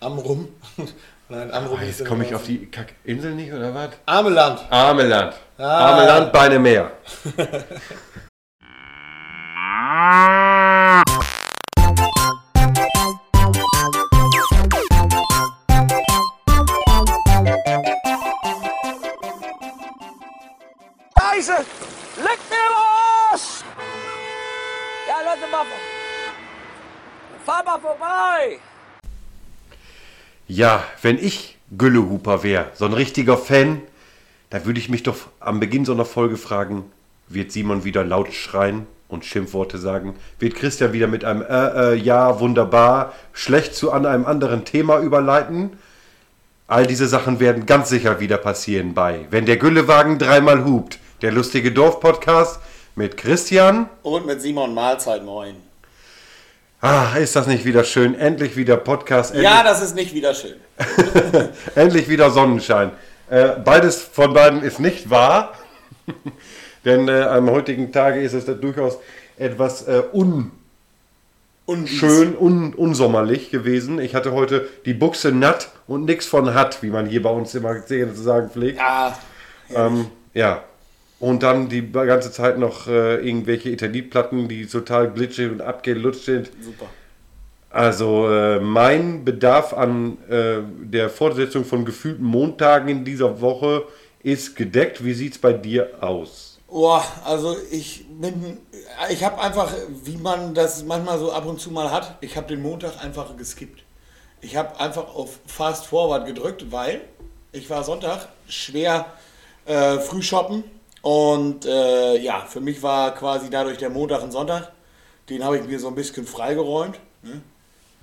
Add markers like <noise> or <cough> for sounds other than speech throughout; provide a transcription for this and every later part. Amrum. <laughs> Nein, Amrum Ah, hieß jetzt immer komme ich was. auf die Kackinsel nicht, oder was? Ameland. Ameland. Ah. Ameland, Beine Meer. Scheiße! Leck mir am Arsch! Ja, Leute, mal, fahr mal vorbei! Ja, wenn ich Güllehuper wäre, so ein richtiger Fan, da würde ich mich doch am Beginn so einer Folge fragen, wird Simon wieder laut schreien und Schimpfworte sagen? Wird Christian wieder mit einem äh, äh, ja, wunderbar, schlecht zu an einem anderen Thema überleiten? All diese Sachen werden ganz sicher wieder passieren bei Wenn der Güllewagen dreimal hupt, der lustige Dorf-Podcast mit Christian. Und mit Simon Mahlzeit, moin. Ah, ist das nicht wieder schön? Endlich wieder Podcast, endlich Ja, das ist nicht wieder schön. Endlich wieder Sonnenschein. Äh, beides von beiden ist nicht wahr, <laughs> denn äh, am heutigen Tage ist es da durchaus etwas äh, Und unschön, un unsommerlich gewesen. Ich hatte heute die Buchse natt und nichts von hat, wie man hier bei uns immer zu sagen pflegt. Ja, Ähm, ja. Und dann die ganze Zeit noch äh, irgendwelche Eternitplatten, die total glitschig und abgelutscht sind. super. Also äh, mein Bedarf an äh, der Fortsetzung von gefühlten Montagen in dieser Woche ist gedeckt. Wie sieht's bei dir aus? Boah, also ich bin, ich habe einfach, wie man das manchmal so ab und zu mal hat, ich habe den Montag einfach geskippt. Ich habe einfach auf Fast Forward gedrückt, weil ich war Sonntag schwer äh, früh shoppen und äh, ja, für mich war quasi dadurch der Montag ein Sonntag. Den habe ich mir so ein bisschen freigeräumt. Ne?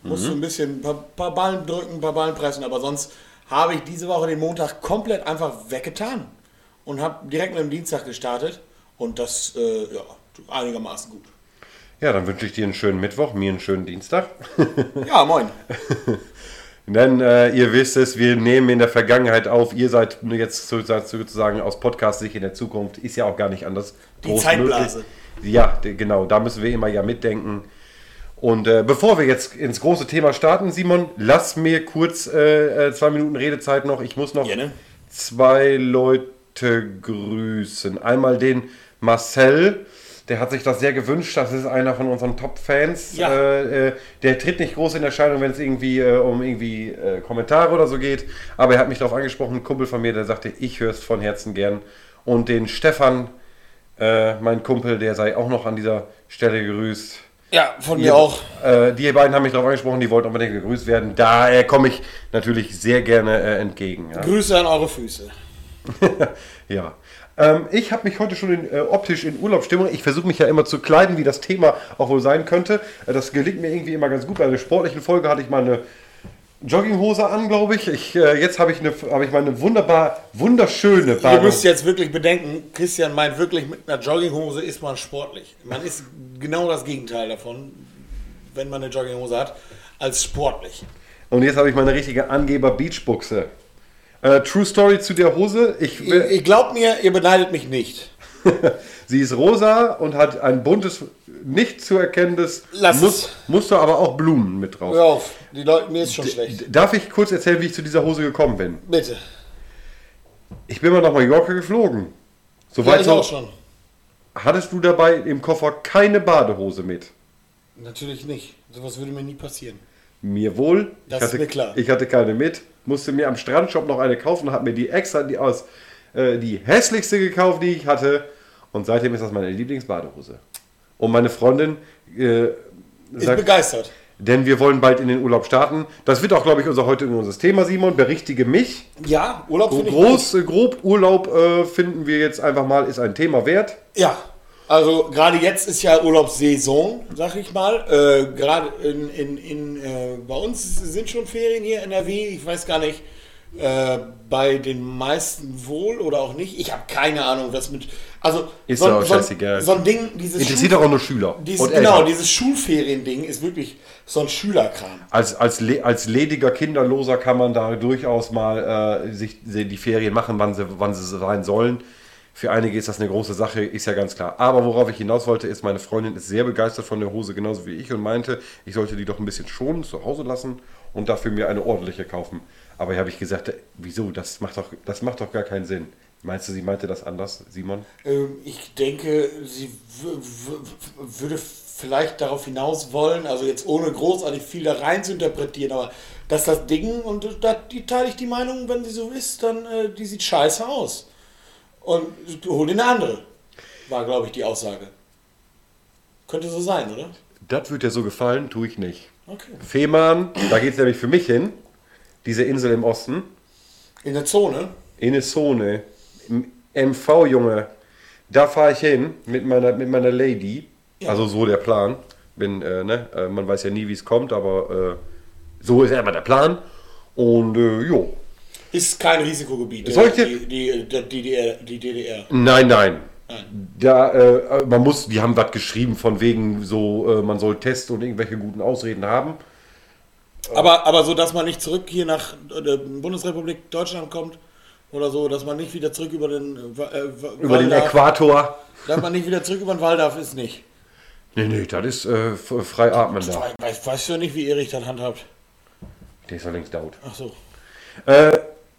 Musste Mhm. ein bisschen ein paar, paar Ballen drücken, ein paar Ballen pressen, aber sonst habe ich diese Woche den Montag komplett einfach weggetan und habe direkt mit dem Dienstag gestartet und das äh, ja, einigermaßen <laughs> gut. Ja, dann wünsche ich dir einen schönen Mittwoch, mir einen schönen Dienstag. <laughs> Ja, moin. Denn äh, ihr wisst es, wir nehmen in der Vergangenheit auf. Ihr seid nur jetzt sozusagen aus Podcast-Sicht in der Zukunft. Ist ja auch gar nicht anders. Die groß Zeitblase. möglich. Ja, d- genau. Da müssen wir immer ja mitdenken. Und äh, bevor wir jetzt ins große Thema starten, Simon, lass mir kurz äh, äh, zwei Minuten Redezeit noch. Ich muss noch Gerne. zwei Leute grüßen. Einmal den Marcel, der hat sich das sehr gewünscht. Das ist einer von unseren Top-Fans. Ja. Äh, äh, der tritt nicht groß in Erscheinung, wenn es irgendwie äh, um irgendwie äh, Kommentare oder so geht. Aber er hat mich darauf angesprochen, ein Kumpel von mir, der sagte, ich höre es von Herzen gern. Und den Stefan, äh, mein Kumpel, der sei auch noch an dieser Stelle gerüßt. Ja, von Die- Äh, die beiden haben mich darauf angesprochen, die wollten unbedingt gegrüßt werden. Daher komme ich natürlich sehr gerne äh, entgegen. Ja. Grüße an eure Füße. Ja. Ähm, ich habe mich heute schon in, äh, optisch in Urlaubsstimmung. Ich versuche mich ja immer zu kleiden, wie das Thema auch wohl sein könnte. Äh, das gelingt mir irgendwie immer ganz gut. Bei der sportlichen Folge hatte ich mal eine Jogginghose an, glaube ich. ich äh, jetzt habe ich, eine- habe ich meine wunderbar, wunderschöne Ihr Bahn. müsst jetzt wirklich bedenken, Christian meint wirklich, mit einer Jogginghose ist man sportlich. Man ist genau das Gegenteil davon, wenn man eine Jogginghose hat, als sportlich. Und jetzt habe ich meine richtige Angeber-Beachbuchse. Äh, True Story zu der Hose. Ich, Ihr, ihr glaubt mir, ihr beneidet mich nicht. <laughs> Sie ist rosa und hat ein buntes, nicht zu erkennendes Lass Mus- es. Muster, aber auch Blumen mit drauf. Hör auf, die Leute, mir ist schon schlecht. D- Darf ich kurz erzählen, wie ich zu dieser Hose gekommen bin? Bitte. Ich bin mal nach Mallorca geflogen. Ja, Soweit ich auch so. schon. Hattest du dabei im Koffer keine Badehose mit? Natürlich nicht. Sowas würde mir nie passieren. Mir wohl. Das ist ich hatte, mir klar. Ich hatte keine mit, musste mir am Strandshop noch eine kaufen, habe mir die extra die aus äh, die hässlichste gekauft, die ich hatte. Und seitdem ist das meine Lieblingsbadehose. Und meine Freundin äh, Ich sagt, bin begeistert. denn wir wollen bald in den Urlaub starten. Das wird auch, glaube ich, unser heute unser Thema, Simon. Berichtige mich. Ja, Urlaub So finde ich groß, äh, grob Urlaub äh, finden wir jetzt einfach mal, ist ein Thema wert. Ja, also gerade jetzt ist ja Urlaubssaison, sag ich mal. Äh, gerade in, in, in, äh, bei uns sind schon Ferien hier in NRW. Ich weiß gar nicht, äh, bei den meisten wohl oder auch nicht. Ich habe keine Ahnung, was mit. Also, Ist so, ja auch so, scheißegal. so ein Ding, dieses. Interessiert Schul- auch ne? nur Schüler. dieses, und genau, Eltern. dieses Schulferien-Ding ist wirklich so ein Schülerkram. als, als, le als lediger Kinderloser kann man da durchaus mal äh, sich die Ferien machen, wann sie, wann sie sein sollen. Für einige ist das eine große Sache, ist ja ganz klar. Aber worauf ich hinaus wollte, ist, meine Freundin ist sehr begeistert von der Hose, genauso wie ich, und meinte, ich sollte die doch ein bisschen schonen, zu Hause lassen. und dafür mir eine ordentliche kaufen. Aber hier habe ich gesagt, äh, wieso? Das macht, doch, das macht doch gar keinen Sinn. Meinst du, sie meinte das anders, Simon? Ähm, ich denke, sie w- w- würde vielleicht darauf hinaus wollen, also jetzt ohne großartig viel da rein zu interpretieren, aber dass das Ding, und da die teile ich die Meinung, wenn sie so ist, dann äh, die sieht scheiße aus. Und hol dir eine andere, war, glaube ich, die Aussage. Könnte so sein, oder? Das wird dir so gefallen, tue ich nicht. Okay. Fehmarn, da geht es nämlich für mich hin. Diese Insel im Osten. In der Zone? Innezone. M- MV, Junge. Da fahre ich hin mit meiner, mit meiner Lady. Ja. Also so der Plan. Bin, äh, ne? äh, man weiß ja nie, wie es kommt, aber äh, so ist ja immer der Plan. Und äh, jo. Ist kein Risikogebiet. Soll ich der- dir- die, die, die, DDR, die DDR. Nein, nein. Da, äh, man muss, die haben was geschrieben von wegen so, äh, man soll Tests und irgendwelche guten Ausreden haben. Aber, aber so, dass man nicht zurück hier nach äh, der Bundesrepublik Deutschland kommt oder so, dass man nicht wieder zurück über den, äh, Wa- äh, Wa- Über den Wall darf, Äquator. dass man nicht wieder zurück über den Wall darf, ist nicht. Nee, nee, das ist äh, f- frei atmen da. Wei- Weiß, weißt du nicht, wie Erich das handhabt? Der ist ja längst out. Ach so.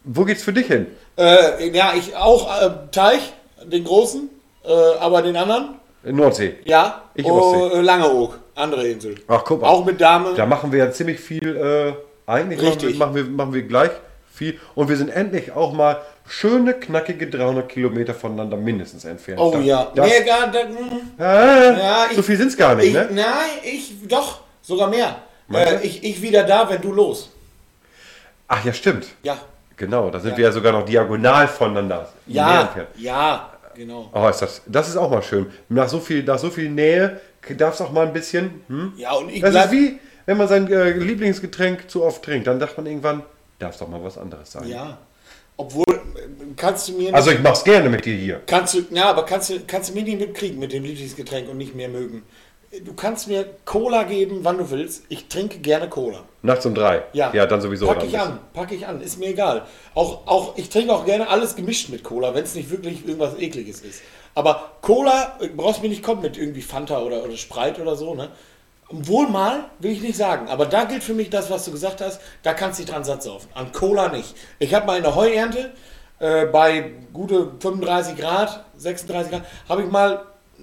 Wo geht's für dich hin? Äh, ja, ich auch äh, Teich, den großen, äh, aber den anderen, In Nordsee. ja. Ich oh, Ostsee. äh, Langeoog, andere Insel. Ach, guck mal. Auch mit Dame. Da machen wir ja ziemlich viel. Äh, eigentlich machen wir, Richtig. machen, wir, machen wir gleich viel. Und wir sind endlich auch mal schöne, knackige 300 Kilometer voneinander mindestens entfernt. oh Da- ja. Das, nee, gar, da, mh. äh, Ja, so ich- viel sind's gar nicht, ich, ne? Nein, ich doch, sogar mehr. Meinst du? Äh, ich, ich wieder da, wenn du los. Ach ja, stimmt. Ja. Genau, da sind Ja. wir ja sogar noch diagonal voneinander. näher Ja, entfernt. ja, genau. Oh, ist das, das ist auch mal schön. Nach so viel, nach so viel Nähe darf es auch mal ein bisschen. Hm? Ja, und ich Das ist bleib, wie, wenn man sein äh, Lieblingsgetränk zu oft trinkt. Dann dachte man irgendwann, darf es doch mal was anderes sein. ja. Obwohl äh, kannst du mir nicht, Also ich mach's gerne mit dir hier. kannst du ja, aber kannst du kannst du mir nicht mitkriegen mit dem Lieblingsgetränk und nicht mehr mögen. Du kannst mir Cola geben, wann du willst. Ich trinke gerne Cola. Nachts um drei. Ja, ja dann sowieso. Pack dann ich an, pack ich an, ist mir egal. Auch, auch, ich trinke auch gerne alles gemischt mit Cola, wenn es nicht wirklich irgendwas Ekliges ist. Aber Cola äh, brauchst mir nicht kommen mit irgendwie Fanta oder, oder Sprite oder so, ne? Wohl mal, will ich nicht sagen. Aber da gilt für mich das, was du gesagt hast, da kannst du dich dran satt saufen. An Cola nicht. Ich habe mal in der Heuernte äh, bei gute 35 Grad, 36 Grad, habe ich mal äh,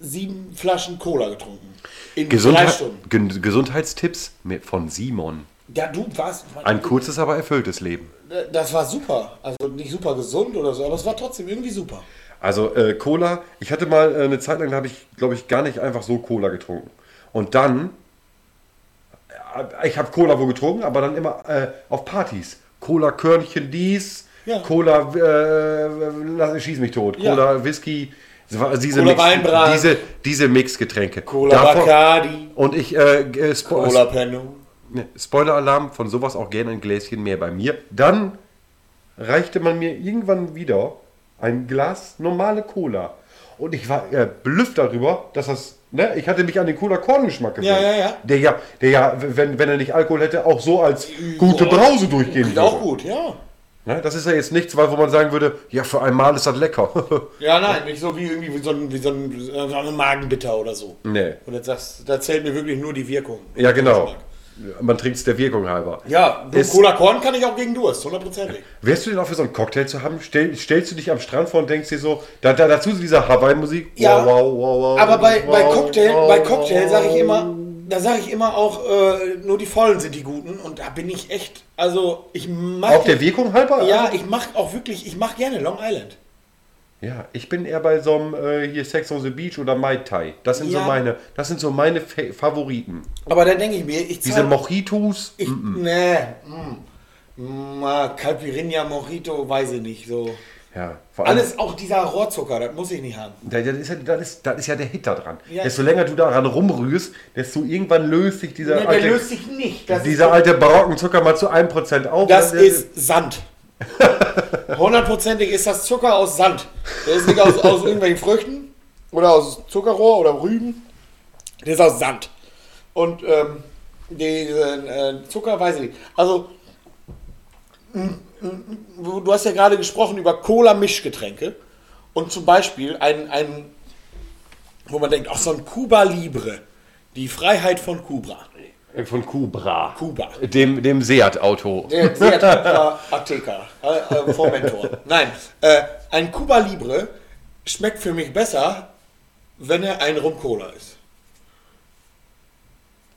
sieben Flaschen Cola getrunken. In drei Gesundheit, Stunden. Gen- Gesundheitstipps mit- von Simon. Ja, du warst. Ein kurzes, aber erfülltes Leben. Äh, Das war super. Also nicht super gesund oder so, aber es war trotzdem irgendwie super. Also äh, Cola, ich hatte mal äh, eine Zeit lang, da habe ich, glaube ich, gar nicht einfach so Cola getrunken. Und dann, äh, ich habe Cola wohl getrunken, aber dann immer äh, auf Partys. Cola-Körnchen dies, Ja. Cola, äh, lass, schieß mich tot, Ja. Cola, Whisky, so war- diese, Cola Mix- Weinbrand. diese, diese Mixgetränke. Cola Davon- Bacardi. Und ich, äh, äh, Spo- Cola Penno. Ne, Spoiler-Alarm, von sowas auch gerne ein Gläschen mehr bei mir. Dann reichte man mir irgendwann wieder ein Glas normale Cola. Und ich war erblüfft darüber, dass das, ne, ich hatte mich an den Cola-Korn-Geschmack gewöhnt. Ja, ja, ja. Der ja, der ja wenn, wenn er nicht Alkohol hätte, auch so als gute Äh, Ja. Brause durchgehen Geht würde. auch gut, ja. Ne, das ist ja jetzt nichts, weil- wo man sagen würde, ja, für einmal ist das lecker. <laughs> Ja, nein, nicht so wie irgendwie wie so ein, wie so ein, so ein Magenbitter oder so. nee. Und jetzt sagst, da zählt mir wirklich nur die Wirkung. Ja, genau. Man trinkt es der Wirkung halber. Ja, du, Ist- Cola Korn kann ich auch gegen Durst, hundertprozentig. Wärst du denn auch für so einen Cocktail zu haben? Stell, stellst du dich am Strand vor und denkst dir so, da, da, dazu diese Hawaii-Musik? Ja, wow, wow, wow, Aber bei, bei wow, Cocktail, wow, bei Cocktail sage ich wow. immer, da sage ich immer auch, äh, nur die Vollen sind die Guten. Und da bin ich echt, also ich mache. Auch der Wirkung halber? Ja, ich mache auch wirklich, ich mache gerne Long Island. Ja, ich bin eher bei so einem äh, hier Sex on the Beach oder Mai Tai. Das sind so Ja. meine, das sind so meine Fa Favoriten. Aber dann denke ich mir, ich Diese zahle- Mojitos. Ich, nee, mm, Ma, Caipirinha, Mojito, weiß ich nicht, so. Ja, vor allem. Alles, auch dieser Rohrzucker, das muss ich nicht haben. Da, da, ist ja, da, ist, da ist ja der Hit da dran. Ja. Desto länger du daran rumrührst, desto irgendwann löst sich dieser Der, alte, löst sich nicht. Das dieser ist, alte barocken Zucker mal zu 1% auf. das Und dann- ist Sand. Hundertprozentig ist das Zucker aus Sand. Der ist nicht aus, aus irgendwelchen Früchten oder aus Zuckerrohr oder Rüben. Der ist aus Sand. Und ähm, diesen äh, Zucker weiß ich nicht. Also, du du hast ja gerade gesprochen über Cola-Mischgetränke und zum Beispiel ein, ein wo man denkt, ach so ein Cuba Libre, die Freiheit von Kuba. Von Cobra. Kuba. Dem, dem Seat-Auto. Der Seat Cobra Ateca, äh, äh, Vormentor. Nein, äh, ein Cuba Libre schmeckt für mich besser, wenn er ein Rum Cola ist.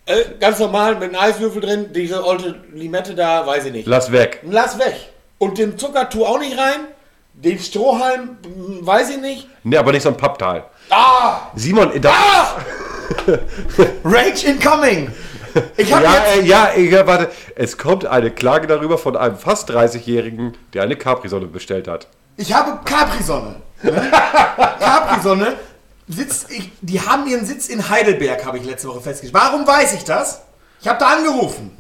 Äh, ganz normal mit einem Eiswürfel drin, diese alte Limette da, weiß ich nicht. Lass weg. Lass weg. Und den Zucker tu auch nicht rein, den Strohhalm, mh, weiß ich nicht. Ne, aber nicht so ein Pappteil. Ah! Simon, äh, da, Ah! Rage incoming! Ich hab ja, jetzt äh, ja, äh, warte. Es kommt eine Klage darüber von einem fast 30-Jährigen, der eine Capri-Sonne bestellt hat. Ich habe Capri-Sonne. Ne? <laughs> Capri-Sonne sitzt, ich, die haben ihren Sitz in Heidelberg, habe ich letzte Woche festgestellt. Warum weiß ich das? Ich habe da angerufen.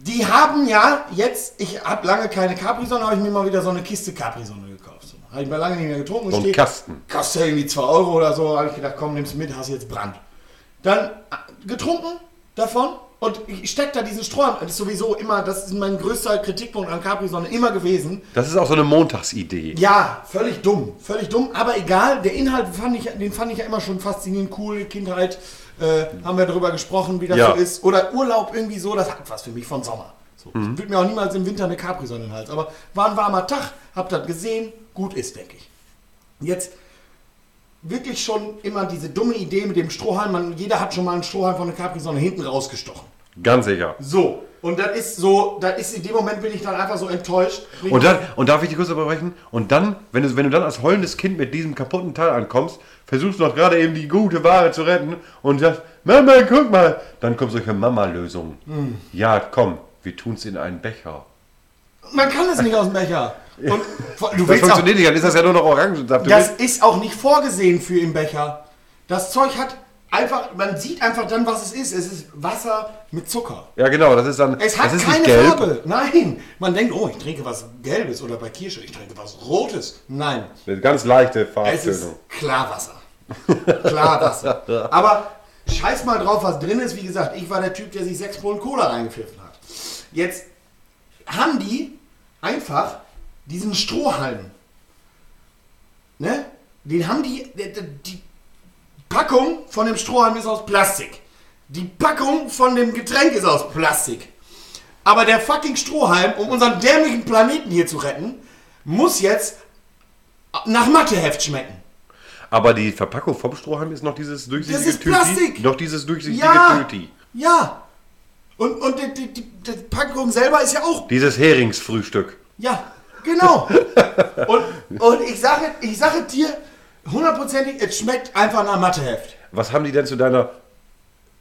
Die haben ja jetzt, ich habe lange keine Capri-Sonne, habe ich mir mal wieder so eine Kiste Capri-Sonne gekauft. So. Habe ich mal lange nicht mehr getrunken. So ein steht- Kasten. Kostet irgendwie 2 Euro oder so. Habe ich gedacht, komm, nimm's mit, hast jetzt Brand. Dann äh, getrunken davon und ich steck da diesen Strohhalm. Das ist sowieso immer, das ist mein größter Kritikpunkt an Capri-Sonne immer gewesen. Das ist auch so eine Montagsidee. Ja, völlig dumm, völlig dumm, aber egal. Der Inhalt fand ich, den fand ich ja immer schon faszinierend, cool, Kindheit, äh, haben wir darüber gesprochen, wie das Ja. so ist. Oder Urlaub irgendwie so, das hat was für mich von Sommer. So. Mhm. Ich würde mir auch niemals im Winter eine Capri-Sonne in den Hals, aber war ein warmer Tag, hab das gesehen, gut ist, denke ich. Jetzt wirklich schon immer diese dumme Idee mit dem Strohhalm, man, jeder hat schon mal einen Strohhalm von der Capri-Sonne hinten rausgestochen. Ganz sicher. So, und das ist so, das ist in dem Moment bin ich dann einfach so enttäuscht. Und dann, und darf ich dich kurz unterbrechen? Und dann, wenn du, wenn du dann als heulendes Kind mit diesem kaputten Teil ankommst, versuchst noch gerade eben die gute Ware zu retten und sagst, Mama, guck mal. Dann kommen solche Mama-Lösungen. Ja, komm, wir tun's in einen Becher. Man kann es nicht aus dem Becher. Und vor- du Das willst auch, funktioniert nicht, dann ist das ja nur noch Orangensaft. Du das willst- ist auch nicht vorgesehen für im Becher. Das Zeug hat einfach, man sieht einfach dann, was es ist. Es ist Wasser mit Zucker. ja, genau, das ist dann. Es hat das ist keine nicht gelb. Farbe. Nein. Man denkt, oh, ich trinke was Gelbes oder bei Kirsche, ich trinke was Rotes. Nein. Eine ganz leichte Es ist Farbtönung. Klarwasser. Klarwasser. Aber scheiß mal drauf, was drin ist. Wie gesagt, ich war der Typ, der sich sechs Polen Cola reingepfiffen hat. Jetzt haben die einfach diesen Strohhalm. Ne? Den haben die. die- Die Packung von dem Strohhalm ist aus Plastik. Die Packung von dem Getränk ist aus Plastik. Aber der fucking Strohhalm, um unseren dämlichen Planeten hier zu retten, muss jetzt nach Matheheft schmecken. Aber die Verpackung vom Strohhalm ist noch dieses durchsichtige Das ist Plastik. Noch dieses durchsichtige Ja, Tüti. ja. Und, und die, die, die, die Packung selber ist ja auch. Dieses Heringsfrühstück. Ja, genau. und, und ich sage ich sage dir hundertprozentig, es schmeckt einfach nach Matheheft. Was haben die denn zu deiner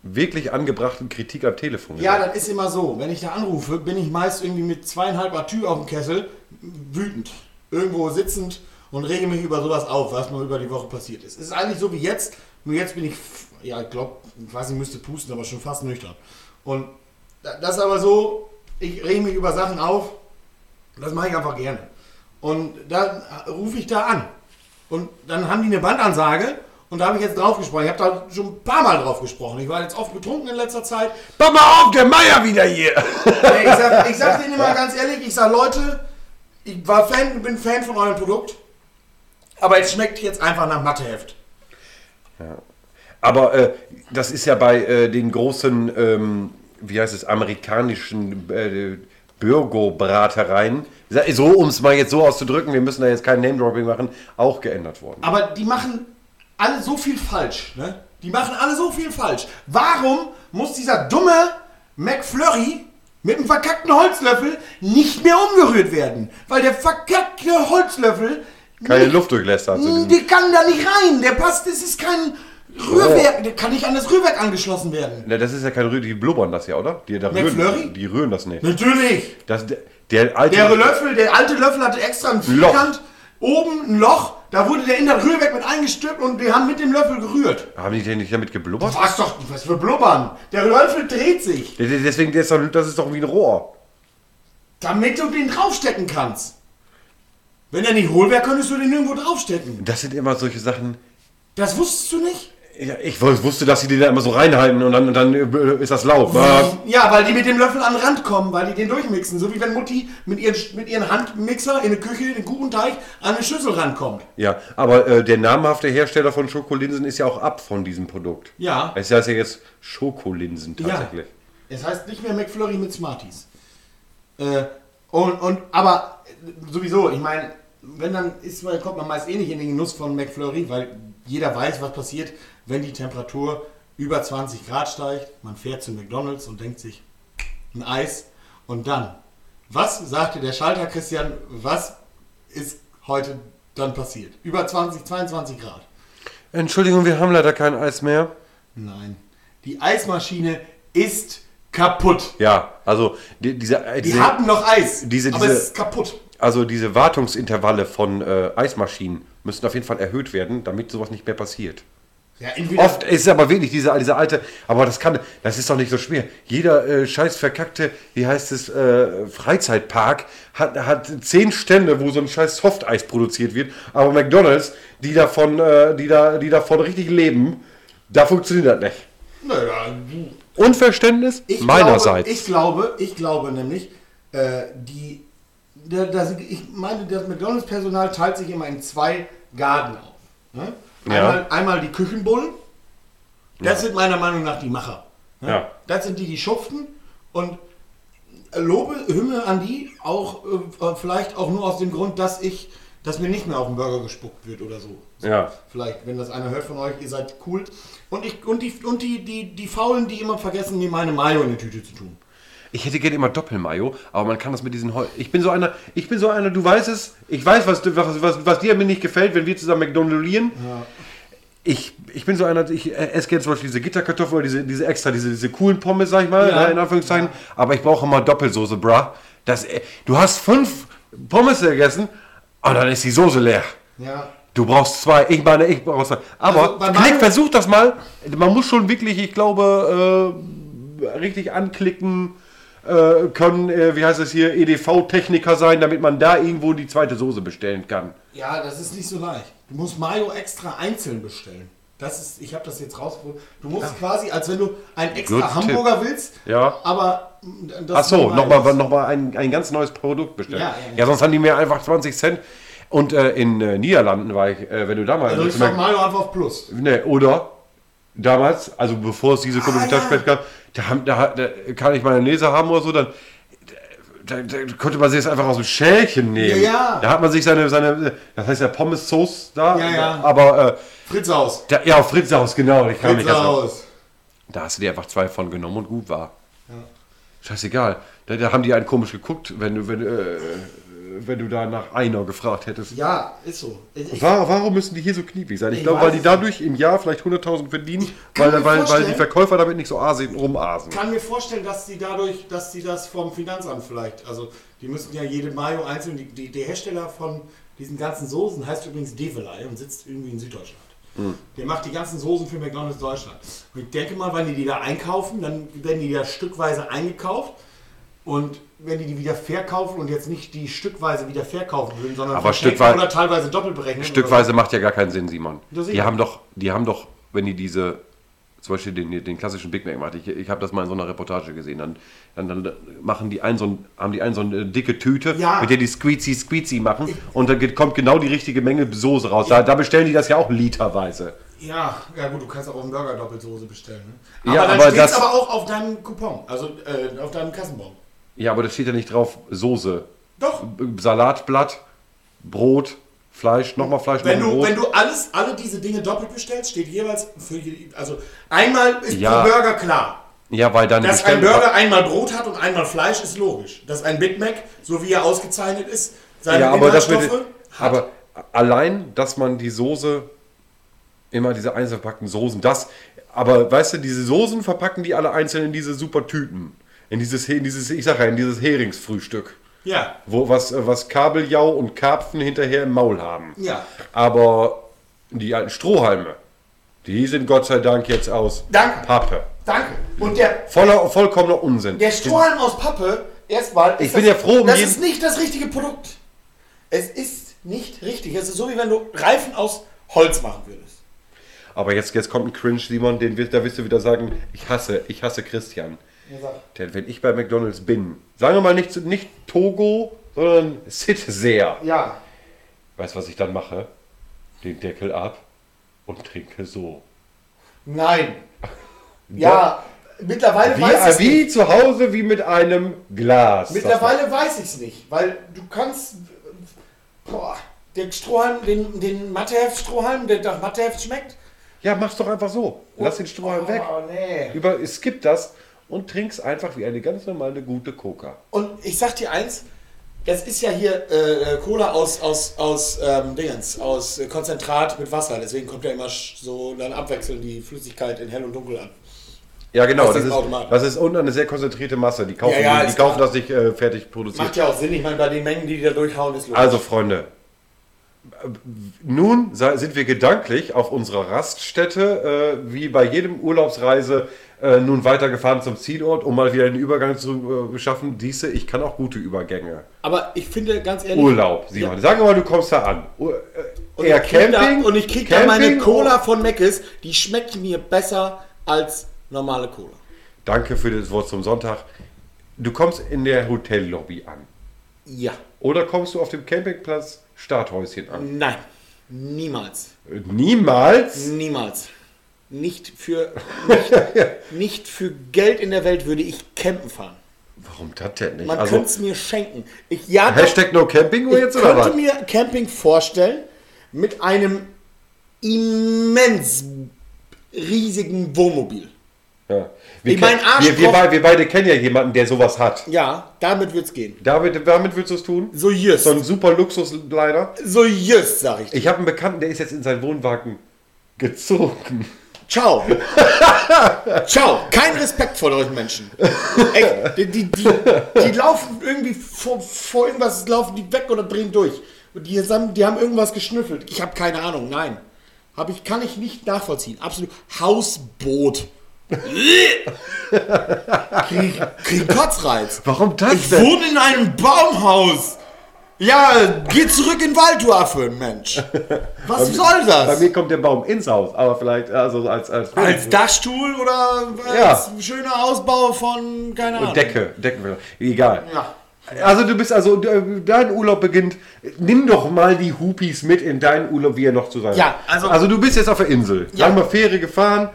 wirklich angebrachten Kritik am Telefon Ja, gesagt? das ist immer so. Wenn ich da anrufe, bin ich meist irgendwie mit zweieinhalb Atü auf dem Kessel wütend. Irgendwo sitzend und rege mich über sowas auf, was mir über die Woche passiert ist. Es ist eigentlich so wie jetzt, nur jetzt bin ich, f- ja, ich glaube, ich weiß nicht, müsste pusten, aber schon fast nüchtern. Und da- das ist aber so, ich rege mich über Sachen auf, das mache ich einfach gerne. Und dann rufe ich da an. Und dann haben die eine Bandansage und da habe ich jetzt drauf gesprochen. Ich habe da schon ein paar Mal drauf gesprochen. Ich war jetzt oft betrunken in letzter Zeit. Pass mal auf, der Meier wieder hier! <laughs> Ey, ich sag, ich sag denen immer ganz ehrlich, ich sag Leute, ich war Fan, bin Fan von eurem Produkt, aber es schmeckt jetzt einfach nach Matheheft. Aber äh, das ist ja bei äh, den großen, ähm, wie heißt es, amerikanischen äh, Bürgerbratereien, so um es mal jetzt so auszudrücken, wir müssen da jetzt kein Name-Dropping machen, auch geändert worden. Aber die machen alle so viel falsch, ne? Die machen alle so viel falsch. Warum muss dieser dumme McFlurry mit dem verkackten Holzlöffel nicht mehr umgerührt werden? Weil der verkackte Holzlöffel Keine nicht- Luft durchlässt hat zu diesem. Der kann da nicht rein. Der passt, das ist kein Rührwerk, der kann nicht an das Rührwerk angeschlossen werden. Na, Ne, das ist ja kein Rühr, die blubbern das ja, oder? Die, da McFlurry? rühren, die rühren das nicht. Natürlich. Das, der, der alte. Der Löffel, der alte Löffel hatte extra einen Loch. Vierkant, oben ein Loch, da wurde der in das Rührwerk mit eingestülpt und wir haben mit dem Löffel gerührt. haben die den nicht damit geblubbert? Was doch, was für Blubbern. Der Löffel dreht sich, Der- der- Deswegen, der ist doch, das ist doch wie ein Rohr. damit du den draufstecken kannst. Wenn er nicht hohl wäre, könntest du den irgendwo draufstecken. Das sind immer solche Sachen. Das wusstest du nicht? Ja, ich wus- wusste, dass sie die da immer so reinhalten und dann, und dann äh, ist das laut. Ah, Ja, weil die mit dem Löffel an den Rand kommen, weil die den durchmixen. So wie wenn Mutti mit ihren, mit ihren Handmixer in eine Küche, in den Kuchenteig, an eine Schüssel rankommt. Ja, aber äh, der namhafte Hersteller von Schokolinsen ist ja auch ab von diesem Produkt. Ja. Es heißt ja jetzt Schokolinsen tatsächlich. Es heißt nicht mehr McFlurry mit Smarties. Äh, und, und, aber äh, sowieso, ich meine, wenn dann ist, man- kommt man meist eh nicht in den Genuss von McFlurry, weil jeder weiß, was passiert, wenn die Temperatur über 20 Grad steigt. Man fährt zu McDonalds und denkt sich, ein Eis. Und dann, was sagte der Schalter Christian, was ist heute dann passiert? Über 20, 22 Grad. Entschuldigung, wir haben leider kein Eis mehr. Nein, die Eismaschine ist kaputt. Ja, also die, diese, äh, Die diese, hatten noch Eis, diese- aber diese- es ist kaputt. also diese Wartungsintervalle von äh, Eismaschinen müssen auf jeden Fall erhöht werden, damit sowas nicht mehr passiert. Ja, entweder Oft ist es aber wirklich diese, diese alte, aber das kann, das ist doch nicht so schwer. Jeder äh, scheiß verkackte, wie heißt es, äh, Freizeitpark hat, hat zehn Stände, wo so ein scheiß Softeis produziert wird. Aber McDonalds, die davon, äh, die da, die davon richtig leben, da funktioniert das nicht. Naja, du. Unverständnis ich meinerseits. Glaube, ich glaube, ich glaube nämlich, äh, die, da, da, sind- ich meine, das McDonalds-Personal teilt sich immer in zwei Garden auf. Ne? Ja. Einmal, einmal die Küchenbullen, das sind meiner Meinung nach die Macher. Ne? Ja. Das sind die, die schuften und Lobe, Himmel an die, auch äh, vielleicht auch nur aus dem Grund, dass ich, dass mir nicht mehr auf den Burger gespuckt wird oder so. ja. Vielleicht, wenn das einer hört von euch, ihr seid cool. Und, ich, und, die, und die, die, die Faulen, die immer vergessen, mir meine Mayo in die Tüte zu tun. Ich hätte gerne immer Doppelmayo, aber man kann das mit diesen Heu Ich bin so einer, ich bin so einer, du weißt es, ich weiß, was, du- was, was, was dir mir nicht gefällt, wenn wir zusammen McDonaldieren. Ich, ich bin so einer, ich äh, esse gerne zum Beispiel diese Gitterkartoffeln oder diese, diese extra, diese, diese coolen Pommes, sag ich mal, Ja. ne, in Anführungszeichen, aber ich brauche immer Doppelsoße, bra. Das, äh, du hast fünf Pommes gegessen und dann ist die Soße leer. Ja. Du brauchst zwei, ich meine, ich brauche zwei. Also Aber bei klick, meinem- versuch das mal. Man muss schon wirklich, ich glaube, äh, richtig anklicken äh, können, äh, wie heißt es hier, EDV-Techniker sein, damit man da irgendwo die zweite Soße bestellen kann. Ja, das ist nicht so leicht. Du musst Mayo extra einzeln bestellen. Das ist, ich habe das jetzt rausgefunden. Du musst quasi, als wenn du einen extra Good Hamburger willst, Ah. Ja. aber mh, das Ach so, nur Mayo nochmal ist. noch mal ein, ein ganz neues Produkt bestellen. Ja, Ja, ja, ja. sonst haben die mir einfach 20 Cent. Und äh, in äh, Niederlanden war ich, äh, wenn du da mal... Also ich zum sag Beispiel- Mayo einfach auf Plus. Ne, oder damals, also bevor es diese Ah, Kommentarspät gab, da, haben, da, da kann ich meine Leser haben oder so, dann da, da, konnte man sich das einfach aus dem Schälchen nehmen. Ja, ja. Da hat man sich seine, seine das heißt ja Pommes Sauce da, Ja, ja. aber äh, Fritz aus. da, ja, Fritz aus, genau, ich kann mich Fritz das noch- aus. Da hast du dir einfach zwei von genommen und gut war. Scheißegal. Da, da haben die einen komisch geguckt, wenn du, wenn, äh, wenn du da nach einer gefragt hättest. Ja, ist so. Ich, ich, Wa- Warum müssen die hier so kniepig sein? Ich, Ich glaube, weiß weil die es dadurch im Jahr vielleicht 100.000 verdienen, kann weil, mir weil, weil vorstellen- die Verkäufer damit nicht so asig rumasen. kann mir vorstellen, dass sie dadurch, dass sie das vom Finanzamt vielleicht, also die müssen ja jede Mayo einzeln, die, die, der Hersteller von diesen ganzen Soßen heißt übrigens Develei und sitzt irgendwie in Süddeutschland. Hm. Der macht die ganzen Soßen für McDonalds Deutschland. Und ich denke mal, wenn die die da einkaufen, dann werden die da stückweise eingekauft. Und wenn die die wieder verkaufen und jetzt nicht die stückweise wieder verkaufen würden, sondern Aber verstecken stückwei- oder teilweise doppelt berechnen. Stückweise macht ja gar keinen Sinn, Simon. Das Die eben. haben doch, die haben doch, wenn die diese, zum Beispiel den, den klassischen Big Mac macht, ich, ich habe das mal in so einer Reportage gesehen, dann, dann, dann machen die einen so ein, haben die einen so eine dicke Tüte, Ja. mit der die Squeezy Squeezy machen und dann geht- kommt genau die richtige Menge Soße raus. Da, da bestellen die das ja auch literweise. Ja, ja gut, du kannst auch auf dem Burger Doppelsoße bestellen. Ne? Ja, aber aber dann steht es das- aber auch auf deinem Coupon, also äh, auf deinem Kassenbon. Ja, aber da steht ja nicht drauf Soße. Doch, Salatblatt, Brot, Fleisch, nochmal Fleisch, wenn nochmal du, Brot. wenn du alles, alle diese Dinge doppelt bestellst, steht jeweils für je- also einmal ist Ja. pro Burger klar. ja, weil dann die Dass ein Bestell- Burger einmal Brot hat und einmal Fleisch, ist logisch. Dass ein Big Mac, so wie er ausgezeichnet ist, seine ja, aber das Inhaltsstoffe wird, hat. aber allein, dass man die Soße immer diese einzeln verpackten Soßen, das, aber weißt du, diese Soßen verpacken die alle einzeln in diese super Tüten, in dieses, in dieses, ich sag ja, in dieses Heringsfrühstück, ja, wo was, äh, was Kabeljau und Karpfen hinterher im Maul haben. ja. Aber die alten Strohhalme, die sind Gott sei Dank jetzt aus Danke. Pappe. Danke. Und der, Voller, vollkommener Unsinn. Genau. Der Strohhalm aus Pappe, erstmal. ist Ich bin ja froh um Das jeden- ist nicht das richtige Produkt. Es ist nicht richtig. Es ist so, wie wenn du Reifen aus Holz machen würdest. Aber jetzt, jetzt kommt ein Cringe, Simon, den wirst, da wirst du wieder sagen, ich hasse, ich hasse Christian. Ja, sag. Denn wenn ich bei McDonalds bin, sagen wir mal nicht, nicht Togo, sondern Sitseer. Ja. Weißt du, was ich dann mache? Den Deckel ab und trinke so. <laughs> Nein. Ja, mittlerweile Wie, äh, weiß ich wie zu Hause, wie mit einem Glas. Mittlerweile weiß ich es nicht, weil du kannst. Boah, den Strohhalm, den, den Matheheft-Strohhalm, der nach Matheheft schmeckt. Ja, mach's doch einfach so. Lass den Strohhalm weg. Oh, nee. Über, skip das und trink's einfach wie eine ganz normale gute Coca. Und ich sag dir eins, das ist ja hier äh, Cola aus, aus, aus ähm, Dingens, aus äh, Konzentrat mit Wasser. Deswegen kommt ja immer sch- so dann abwechselnd die Flüssigkeit in hell und dunkel an. Ja, genau. Aus Das diesem ist, Automaten. das ist unten eine sehr konzentrierte Masse. Die kaufen, Ja, ja, die, die ist kaufen klar. das nicht äh, fertig Macht produziert. ja auch Sinn, ich meine, bei den Mengen, die die da durchhauen, ist logisch. Also, Freunde, nun sei- sind wir gedanklich auf unserer Raststätte, äh, wie bei jedem Urlaubsreise, äh, nun weitergefahren zum Zielort, um mal wieder einen Übergang zu äh, schaffen. Diese, ich kann auch gute Übergänge. Aber ich finde, ganz ehrlich, Urlaub, Simon. Sagen wir mal, du kommst da an. U äh, eher ich krieg Camping. Da, und ich krieg da meine Cola von Meckes, die schmeckt mir besser als normale Cola. Danke für das Wort zum Sonntag. Du kommst in der Hotellobby an. Ja. Oder kommst du auf dem Campingplatz Starthäuschen an? Nein. Niemals. Niemals? Niemals. Nicht für, <laughs> nicht, nicht für Geld in der Welt würde ich campen fahren. Warum das denn nicht? Man also, könnte es mir schenken. Ich, ja, doch, Hashtag No Camping ich jetzt oder was? könnte mir Camping vorstellen mit einem immens riesigen Wohnmobil. Ja. Wir, Ich mein, ken- Arsch wir, wir, kocht- beide, wir beide kennen ja jemanden, der sowas hat. Ja, damit wird's gehen. Damit, damit willst du es tun? So just. So ein super Luxus leider. So just, sag ich. dir. Ich habe einen Bekannten, der ist jetzt in seinen Wohnwagen gezogen. Ciao. <laughs> Ciao. Kein Respekt vor euch Menschen. Echt, die, die, die, die laufen irgendwie vor, vor irgendwas, laufen die weg oder drehen durch. Und die, haben, die haben irgendwas geschnüffelt. Ich habe keine Ahnung. Nein. Hab ich, kann ich nicht nachvollziehen. Absolut. Hausboot. <laughs> krieg, krieg Kotzreiz. Warum Ich wohne in einem Baumhaus. Ja, geh zurück in den Wald, du Affe, <laughs> Mensch. Was soll das? Bei mir kommt der Baum ins Haus, aber vielleicht also als, als, Als Dachstuhl oder als schöner Ausbau von, keine Ahnung. Decke. Deckenwelle. Egal. Ja. Also du bist also, du- dein Urlaub beginnt, nimm doch mal die Hupis mit in deinen Urlaub, wie er noch zu sein Ja, hat. also- also du bist jetzt auf der Insel. Ja. Sagen wir Fähre gefahren.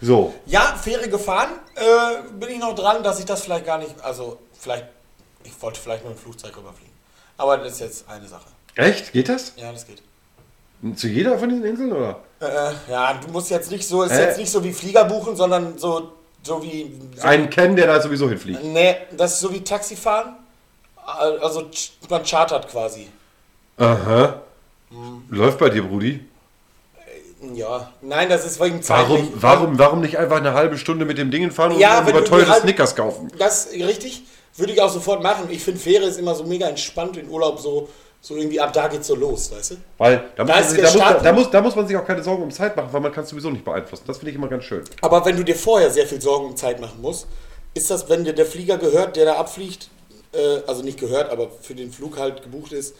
So, Ja, Fähre gefahren. Äh, bin ich noch dran, dass ich das vielleicht gar nicht, also vielleicht, ich wollte vielleicht mit dem Flugzeug rüberfliegen. Aber das ist jetzt eine Sache. echt? Geht das? Ja, das geht. Zu jeder von diesen Inseln, oder? Äh, ja, du musst jetzt nicht so, ist Hä? jetzt nicht so wie Flieger buchen, sondern so, so wie. So, Einen kennen, der da sowieso hinfliegt. nee, das ist so wie Taxifahren. Also ch- man chartert quasi. Aha. Mhm. Läuft bei dir, Brudi. Ja. Nein, das ist wegen Warum, zeitlich- warum, warum nicht einfach eine halbe Stunde mit dem Ding fahren und, Ja, und wenn du über die teure halbe- Snickers kaufen? Das richtig, würde ich auch sofort machen. Ich finde, Fähre ist immer so mega entspannt in Urlaub, so, so irgendwie ab da geht's so los, weißt du? Weil da muss, Da man ist sich, der da, muss, Start- da, muss, da muss man sich auch keine Sorgen um Zeit machen, weil man kann es sowieso nicht beeinflussen. Das finde ich immer ganz schön. Aber wenn du dir vorher sehr viel Sorgen um Zeit machen musst, ist das, wenn dir der Flieger gehört, der da abfliegt, äh, also nicht gehört, aber für den Flug halt gebucht ist,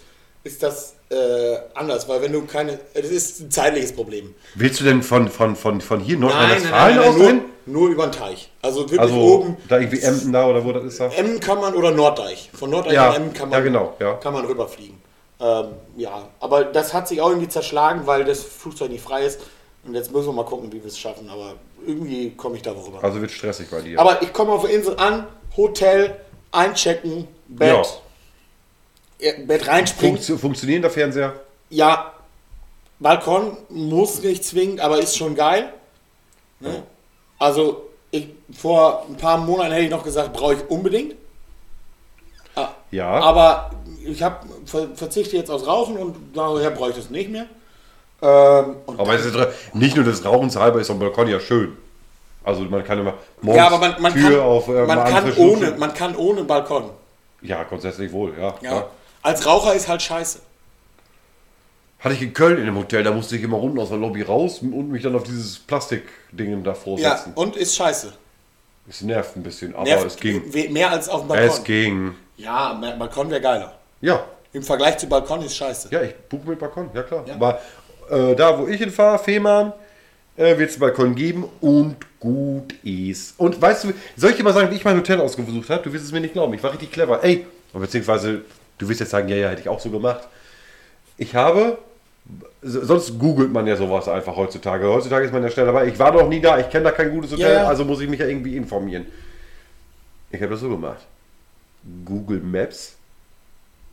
ist das äh, anders, weil wenn du keine, das ist ein zeitliches Problem. Willst du denn von, von, von, von hier nein, Nordrhein-Westfalen nein, aus nur, hin? nur über den Teich. Also wirklich Also oben. da irgendwie Emden da oder wo das ist da? Emmen kann man oder Norddeich. Von Norddeich Ja, nach Emmen kann man, ja, genau, ja. kann man rüberfliegen. Ähm, ja, aber das hat sich auch irgendwie zerschlagen, weil das Flugzeug nicht frei ist. Und jetzt müssen wir mal gucken, wie wir es schaffen. Aber irgendwie komme ich da noch rüber. Also wird stressig bei dir. aber ich komme auf der Insel an, Hotel, einchecken, Bett. Ja. Bett reinspringen. Funktio funktionierender Fernseher? Ja, Balkon muss nicht zwingend, aber ist schon geil. Ne? Also, ich, vor ein paar Monaten hätte ich noch gesagt, brauche ich unbedingt. Ah, Ja. Aber ich hab, ver verzichte jetzt aufs Rauchen und daher brauche ich das nicht mehr. Ähm, und Aber es ist dr- nicht nur des Rauchens halber ist so ein Balkon ja schön. Also man kann immer morgens ja, aber man, man, Tür kann, auf äh, mal man, kann anfrischen. ohne, man kann ohne Balkon. Ja, grundsätzlich wohl, ja. Ja. ja. Als Raucher ist halt scheiße. Hatte ich in Köln in dem Hotel, da musste ich immer runter aus der Lobby raus und mich dann auf dieses Plastikding davor Ja, setzen. und ist scheiße. Es nervt ein bisschen, aber Nervt es ging. we- Mehr als auf dem Balkon. Es ging. Ja, Balkon wäre geiler. Ja, Im Vergleich zu Balkon ist scheiße. Ja, ich buche mit Balkon, ja klar. Aber äh, da, wo ich hinfahre, Fehmarn, äh, wird es Balkon geben und gut ist. Und weißt du, soll ich dir mal sagen, wie ich mein Hotel ausgesucht habe? Du wirst es mir nicht glauben. Ich war richtig clever. Ey, beziehungsweise, du wirst jetzt sagen, ja, ja, hätte ich auch so gemacht. Ich habe so- Sonst googelt man ja sowas einfach heutzutage. Heutzutage ist man ja schnell dabei. Ich war noch nie da, ich kenne da kein gutes Hotel, Ja, ja. also muss ich mich ja irgendwie informieren. Ich habe das so gemacht. Google Maps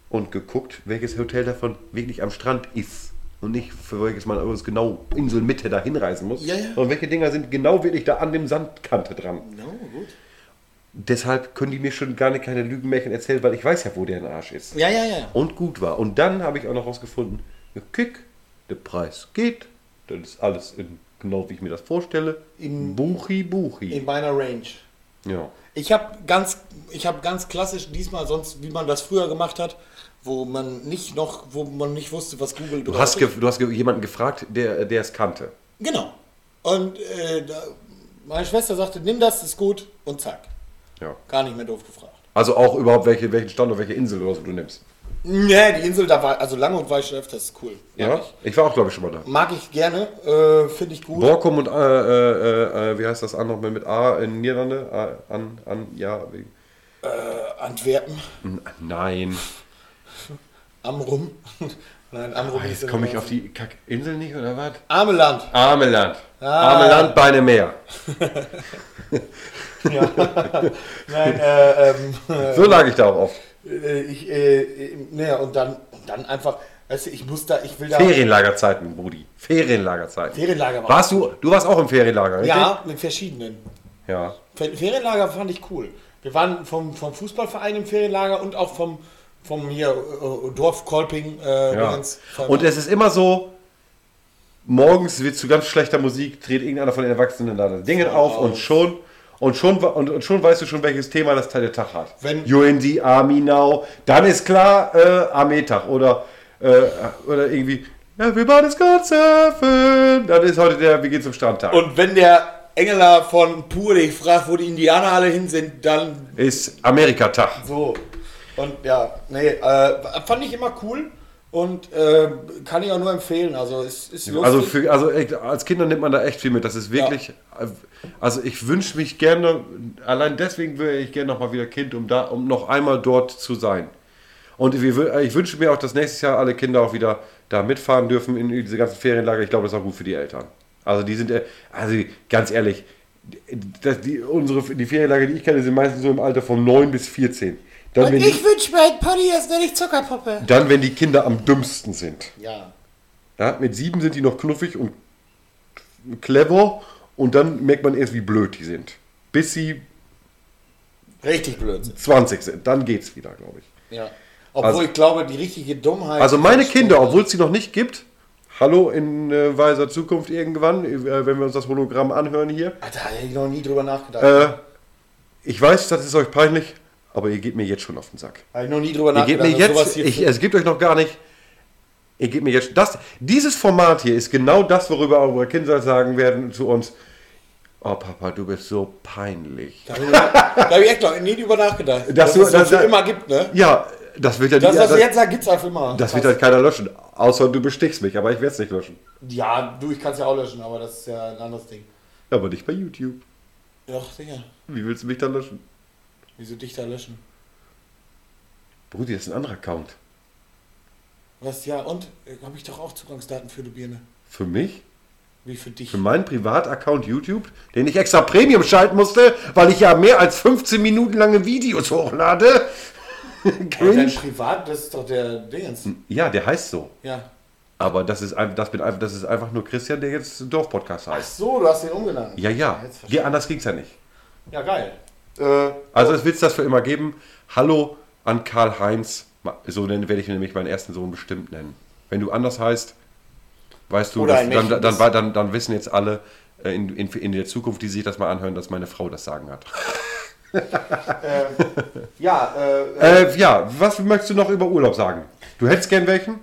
und geguckt, welches Hotel davon wirklich am Strand ist. Und nicht für welches man übrigens genau Inselmitte da hinreisen muss. Ja, ja. Und welche Dinger sind genau wirklich da an dem Sandkante dran. No, gut. Deshalb können die mir schon gar nicht keine Lügenmärchen erzählen, weil ich weiß ja, wo der Arsch ist Ja, ja, ja. und gut war. Und dann habe ich auch noch rausgefunden, der Kick, der Preis geht, dann ist alles in, genau wie ich mir das vorstelle, In- Buchi Buchi. In meiner Range. ja. Ich habe ganz, ich habe ganz klassisch diesmal sonst, wie man das früher gemacht hat, wo man nicht noch, wo man nicht wusste, was Google Du hast, ge du hast ge jemanden gefragt, der der es kannte. Genau. Und äh, da, meine Schwester sagte, nimm das, ist gut und zack. Ja. Gar nicht mehr doof gefragt. Also auch überhaupt, welche, welchen Standort, welche Insel oder so du nimmst. Nee, die Insel, da war, also lange und weit schläft, das ist cool. Mag Ja? Ich war auch, glaube ich, schon mal da. ich. Mag ich gerne, äh, finde ich gut. Borkum und, äh, äh, äh, äh, wie heißt das andere mit, mit A in Niederlande? A, an, an, ja. wegen- Antwerpen, N- Nein. Amrum. <laughs> Nein, Amrum ist Ah, Jetzt in komme ich Holland. auf die Kackinsel nicht, oder was? <laughs> Ameland. Ameland. Ah. Ameland, Beine Meer. <laughs> Nein, äh, ähm, So lag ich da auch oft. äh, ich, äh, äh, naja, und dann, und dann einfach, weißt du, ich muss da, ich will da. Ferienlagerzeiten, Brudi. Ferienlagerzeiten. Ferienlager war. Warst du, du warst auch im Ferienlager, richtig? Ja, mit verschiedenen. Ja. Fer- Ferienlager fand ich cool. Wir waren vom, vom Fußballverein im Ferienlager und auch vom, vom hier äh, Dorf Kolping. Äh, ja. Dingens. Vom- Und es ist immer so, morgens wird zu ganz schlechter Musik, dreht irgendeiner von den Erwachsenen da das Ding auf und schon... Und schon, wa- und, und schon weißt du schon, welches Thema das Teil der Tag hat. Wenn- You're in the Army now. Dann ist klar, äh, Armeetag. Oder, äh, oder irgendwie, everybody's gonna surfen. Dann ist heute der, wir gehen zum Strandtag. und wenn der Engeler von Pur dich fragt, wo die Indianer alle hin sind, dann ist Amerikatag. So. Und ja, nee, äh, fand ich immer cool und äh, kann ich auch nur empfehlen. Also es ist lustig. Also, für, also echt, als Kinder nimmt man da echt viel mit. Das ist wirklich. Also ich wünsche mich gerne, allein deswegen wäre ich gerne nochmal wieder Kind, um da, um noch einmal dort zu sein. Und wir wü- ich wünsche mir auch, dass nächstes Jahr alle Kinder auch wieder da mitfahren dürfen in diese ganzen Ferienlager. Ich glaube, das ist auch gut für die Eltern. Also die sind, äh, also ganz ehrlich, das, die, unsere, die Ferienlager, die ich kenne, sind meistens so im Alter von 9 bis 14. Dann, wenn die, wünsche mir ein Pony, jetzt nenne ich Zuckerpuppe. dann, wenn die Kinder am dümmsten sind. Ja. Ja, mit sieben sind die noch knuffig und clever und dann merkt man erst, wie blöd die sind. Bis sie Richtig blöd. 20 sind. Dann geht's wieder, glaube ich. Ja. Obwohl Also- ich glaube, die richtige Dummheit. Also meine Kinder, obwohl es sie noch nicht gibt, hallo in äh, weiser Zukunft irgendwann, äh, wenn wir uns das Hologramm anhören hier. Ah, Da hätte ich noch nie drüber nachgedacht. Äh, ich weiß, das ist euch peinlich, aber ihr geht mir jetzt schon auf den Sack. Habe ich noch nie drüber Ihr gebt nachgedacht. mir dass also sowas jetzt, hier ich, es gibt euch noch gar nicht. Ihr gebt mir jetzt das. Dieses Format hier ist genau das, worüber eure Kinder sagen werden zu uns. Oh Papa, du bist so peinlich. da habe ich, da hab ich echt noch nie drüber nachgedacht. Dass du- es das dass- für immer gibt, ne? Ja, das wird ja Das, nie- was das, du jetzt sagst, gibt es einfach immer. das wird halt keiner löschen. Außer du bestichst mich, aber ich werde es nicht löschen. ja, du, ich kann es ja auch löschen, aber das ist ja ein anderes Ding. Aber nicht bei YouTube. Doch, sicher. Wie willst du mich dann löschen? Wieso dich da löschen? Brudi, das ist ein anderer Account. Was, ja, und? Habe ich doch auch Zugangsdaten für die Birne. Für mich? Wie für dich? Für meinen Privataccount YouTube, den ich extra Premium schalten musste, weil ich ja mehr als 15 Minuten lange Videos hochlade. <laughs> Aber dein Cringe. Privat, das ist doch der Dingens. Ja, der heißt so. Ja. Aber das ist, ein- das bin, einfach- das ist einfach nur Christian, der jetzt Dorfpodcast Ach heißt. so, du hast den umgenannt. Ja, ja. Jetzt verstehe ja anders ging's ja nicht. ich. Ja, geil. Also es wird das für immer geben. Hallo an Karl-Heinz. So nennen werde ich nämlich meinen ersten Sohn bestimmt nennen. Wenn du anders heißt, weißt du, Oder dass, ein dann, dann, Mädchen dann, dann, dann wissen jetzt alle äh, in, in, in der Zukunft, die sich das mal anhören, dass meine Frau das Sagen hat. Ja, äh, Äh, ja, was möchtest du noch über Urlaub sagen? Du hättest gern welchen?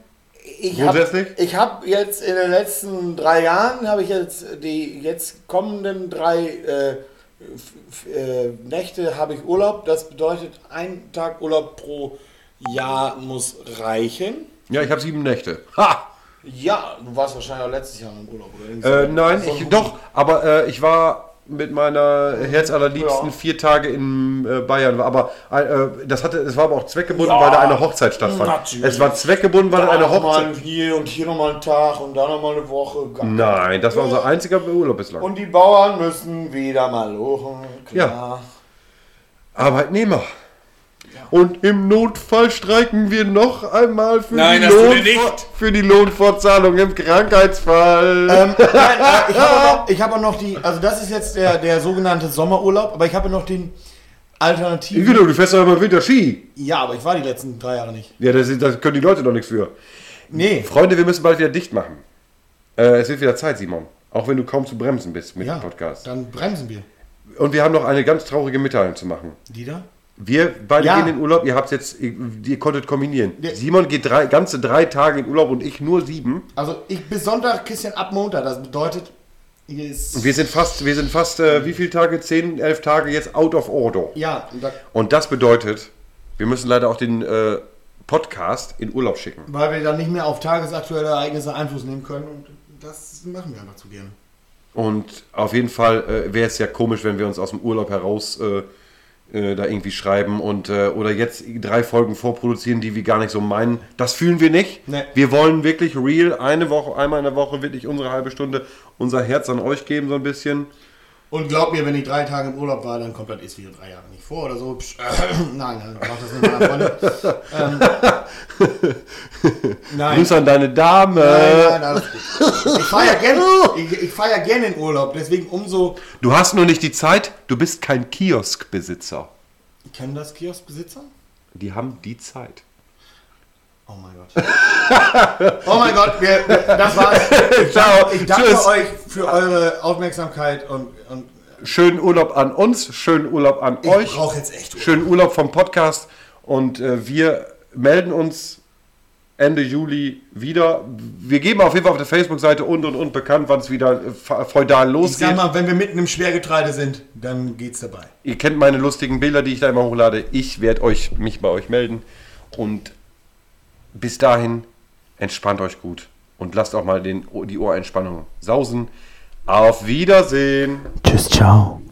ich grundsätzlich? Hab, ich habe jetzt in den letzten drei Jahren, habe ich jetzt die jetzt kommenden drei äh, f- f- äh, Nächte habe ich Urlaub. Das bedeutet, ein Tag Urlaub pro Jahr muss reichen. Ja, ich habe sieben Nächte. Ha! Ja, du warst wahrscheinlich auch letztes Jahr im Urlaub, oder? irgend so. Äh, nein, So ein ich, Hubi. doch, aber äh, ich war mit meiner Herzallerliebsten Ja. vier Tage in äh, Bayern, war aber äh, äh, das hatte, es war aber auch zweckgebunden, weil da eine Hochzeit stattfand. natürlich. Es war zweckgebunden, weil da eine Ach, Hochzeit. Mann, hier und hier nochmal einen Tag und da nochmal eine Woche. Gar- Nein, das war unser einziger Urlaub bislang. Und die Bauern müssen wieder mal lochen, klar. Arbeitnehmer. Und im Notfall streiken wir noch einmal für, Nein, die, das tun wir Lohnver- nicht. für die Lohnfortzahlung im Krankheitsfall. Ähm, nein, äh, ich habe auch, noch- ich hab auch noch die, also das ist jetzt der, der sogenannte Sommerurlaub, aber ich habe noch den alternativen. genau, du fährst doch immer Winterski. Ja, aber ich war die letzten drei Jahre nicht. Ja, das, da können die Leute doch nichts für. Nee. Freunde, wir müssen bald wieder dicht machen. Äh, es wird wieder Zeit, Simon. Auch wenn du kaum zu bremsen bist mit Ja, dem Podcast. dann bremsen wir. Und wir haben noch eine ganz traurige Mitteilung zu machen. Die da? Wir beide Ja. gehen in den Urlaub, ihr habt jetzt, ihr, ihr konntet kombinieren. Ja. Simon geht drei, ganze drei Tage in Urlaub und ich nur sieben. Also ich bis Sonntag Christian ab Montag, das bedeutet, hier ist. Wir sind fast, wir sind fast, äh, wie viele Tage? Zehn, elf Tage jetzt out of order. ja, und da, Und das bedeutet, wir müssen leider auch den äh, Podcast in Urlaub schicken. weil wir dann nicht mehr auf tagesaktuelle Ereignisse Einfluss nehmen können und das machen wir einfach zu gerne. Und auf jeden Fall äh, wäre es ja komisch, wenn wir uns aus dem Urlaub heraus äh, äh, da irgendwie schreiben und äh, oder jetzt drei Folgen vorproduzieren, die wir gar nicht so meinen. Das fühlen wir nicht. Nee. Wir wollen wirklich real eine Woche, einmal in der Woche wirklich unsere halbe Stunde unser Herz an euch geben so ein <laughs> bisschen. Und glaub mir, wenn ich drei Tage im Urlaub war, dann kommt das ist wieder drei Jahre nicht vor oder so. Psch, äh, <clears throat> nein, nein, mach das nicht mal <laughs> Freunde. ähm, nein. Grüß an deine Dame. Nein, nein, alles gut. Ich fahre ja, gerne- ich, ich fahr ja gerne in Urlaub, deswegen umso. Du hast nur nicht die Zeit. Du bist kein Kioskbesitzer. Kennen das Kioskbesitzer? Die haben die Zeit. Oh mein Gott. <laughs> Oh mein Gott, wir, wir- das war's. <laughs> Ich Ciao. danke, ich danke Tschüss. euch für eure Aufmerksamkeit und, und Schönen Urlaub an uns, schönen Urlaub an euch. brauch jetzt echt Urlaub. Schönen Urlaub vom Podcast und äh, wir melden uns Ende Juli wieder. Wir geben auf jeden Fall auf der Facebook-Seite und und und bekannt, wann es wieder äh, fe- feudal ich sag losgeht. mal, wenn wir mitten im Schwergetreide sind, dann geht's dabei. Ihr kennt meine lustigen Bilder, die ich da immer hochlade. Ich werde euch mich bei euch melden und bis dahin entspannt euch gut und lasst auch mal den, die Ohrentspannung sausen. Auf Wiedersehen. Tschüss, ciao.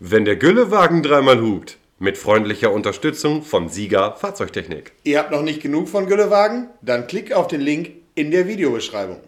Wenn der Güllewagen dreimal hupt, mit freundlicher Unterstützung von Sieger Fahrzeugtechnik. Ihr habt noch nicht genug von Güllewagen? Dann klickt auf den Link in der Videobeschreibung.